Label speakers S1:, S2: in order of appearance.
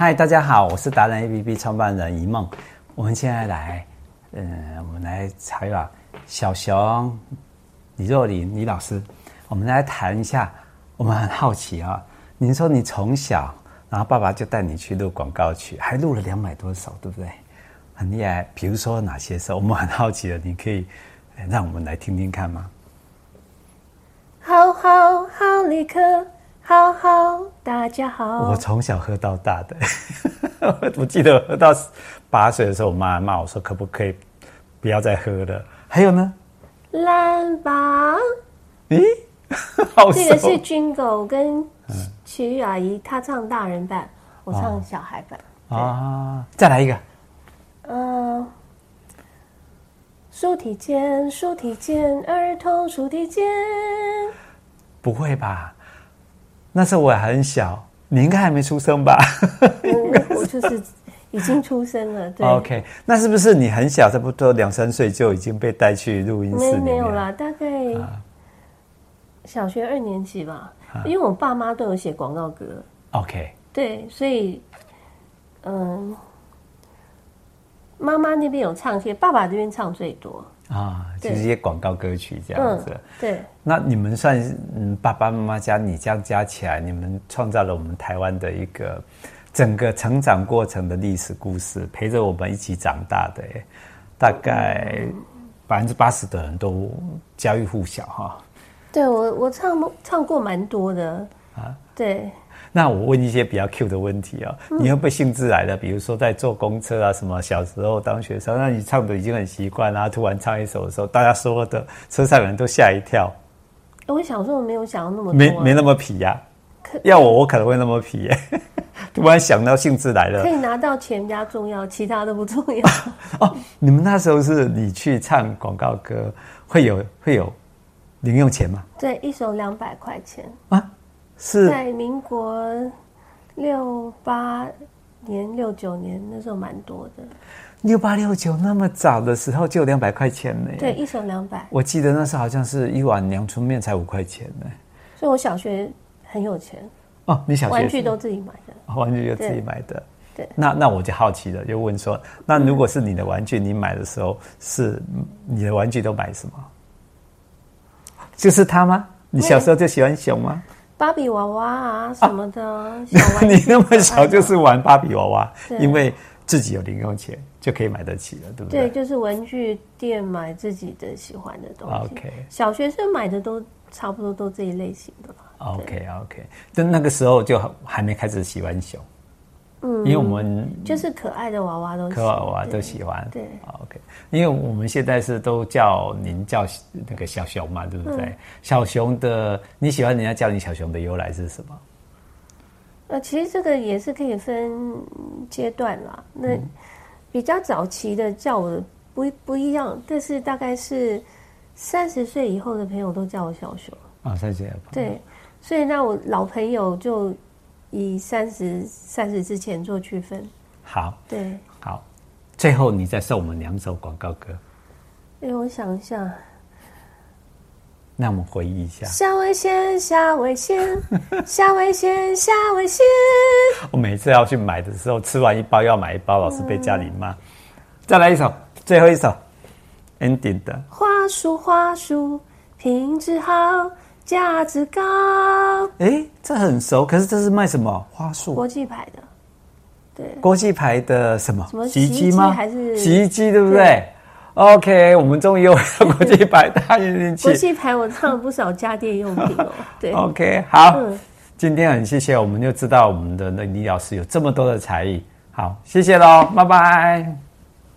S1: 嗨，大家好，我是达人 APP 创办人一梦。我们现在来，呃，我们来采访小熊、李若琳、李老师。我们来谈一下，我们很好奇啊、您说你从小，然后爸爸就带你去录广告去，还录了两百多首，对不对？很厉害。比如说哪些首，我们很好奇的，你可以呃让我们来听听看吗？
S2: 好好好立刻，好好大家好
S1: 我。从小喝到大的， 我记得喝到八岁的时候，我妈骂我说可不可以不要再喝了。还有呢，
S2: 蓝吧，
S1: 咦， 好
S2: 这个
S1: 熟
S2: 是，军狗跟齐豫阿姨，她唱大人版，我唱小孩版。
S1: 啊！再来一个，
S2: 嗯，书体间，书体间，儿童书体间，
S1: 不会吧？那时候我还很小，你应该还没出生吧
S2: 嗯我就是已经出生了，对。
S1: 哦？OK，那是不是你很小，差不多两三岁就已经被带去录音室
S2: 没
S1: 里面？
S2: 没有啦，大概小学二年级吧，因为我爸妈都有写广告歌，
S1: OK，
S2: 对，所以，嗯，妈妈那边有唱些，爸爸这边唱最多。
S1: 啊，就
S2: 对
S1: 是一些广告歌曲这样
S2: 嗯
S1: 子。，
S2: 对，
S1: 那你们算是嗯爸爸妈妈加你这样加起来，你们创造了我们台湾的一个整个成长过程的历史故事，陪着我们一起长大的耶，大概百分之八十的人都家喻户晓哈。
S2: 对我我唱唱过蛮多的啊。对，
S1: 那我问一些比较 Q 的问题啊、你会不会兴致来的？比如说在坐公车啊，什么小时候当学生，那你唱的已经很习惯啦、突然唱一首的时候，大家所有的车上的人都吓一跳，
S2: 我小时候没有想到那么多、啊
S1: 没没那么皮呀、
S2: 可
S1: 要我，我可能会那么皮耶、 突然想到兴致来
S2: 可
S1: 了
S2: 以拿到钱比较重要，其他都不重要。
S1: 哦。你们那时候是你去唱广告歌，会有会有零用钱吗？
S2: 对，一首两百块钱，
S1: 啊，是
S2: 在民国六八年、六九年那时候蛮多的。
S1: 六八六九那么早的时候就两百块钱呢。
S2: 对，，一首两百，
S1: 我记得那时候好像是一碗阳春面才五块钱呢。
S2: 所以我小学很有钱，
S1: 哦，你小学
S2: 玩
S1: 也
S2: 具
S1: 是
S2: 都自己买的。
S1: 哦玩具就自己买的。
S2: 对对
S1: 那那我就好奇了，就问说，那如果是你的玩具，你买的时候是你的玩具都买什么？就是它吗？你小时候就喜欢熊吗？
S2: 芭比娃娃啊什么的，小 玩 具
S1: 你那么小就是玩芭比娃娃，
S2: 对
S1: 因为自己有零用钱就可以买得起了，对不
S2: 对，
S1: 对？
S2: 就是文具店买自己的喜欢的东西。
S1: OK
S2: 小学生买的都差不多都这一类型的吧。
S1: o k OK，但那个时候就还没开始喜欢熊，
S2: 嗯，
S1: 因为我们
S2: 就是可爱的娃娃都
S1: 科娃娃
S2: 喜欢
S1: 都喜欢。啊
S2: 对
S1: ，OK，因为我们现在是都叫您叫那个小熊嘛，对不对？
S2: 嗯
S1: 小熊的你喜欢人家叫你小熊的由来是什么？
S2: 呃，其实这个也是可以分阶段啦。那比较早期的叫我不不一样，但是大概是三十岁以后的朋友都叫我小熊。
S1: 啊、三姐，
S2: 对，所以那我老朋友就以三十三十之前做区分。
S1: 好
S2: 对，
S1: 好，最后你再送我们两首广告歌，
S2: 哎，我想一下，
S1: 让我们回忆一下。
S2: 下危险，下危险，下危险，下危险。
S1: 我每次要去买的时候，吃完一包要买一包，老是被家里
S2: 嗯
S1: 骂。再来一首，最后一首，ending 的
S2: 花束，花束，品质好，价值高，
S1: 诶，这很熟，可是这是卖什么花束？啊
S2: 国际牌的，对，
S1: 国际牌的什么？
S2: 什么
S1: 洗衣
S2: 洗衣
S1: 机
S2: 机
S1: 吗？
S2: 还是
S1: 洗衣机，对不对 o k 我们终于又回到国际牌大运运
S2: 国
S1: 气。
S2: 际牌我唱了不少家电用品哦。对，
S1: OK，好，
S2: 嗯
S1: 今天很谢谢，我们就知道我们的那李老师有这么多的才艺。好，谢谢喽，拜拜。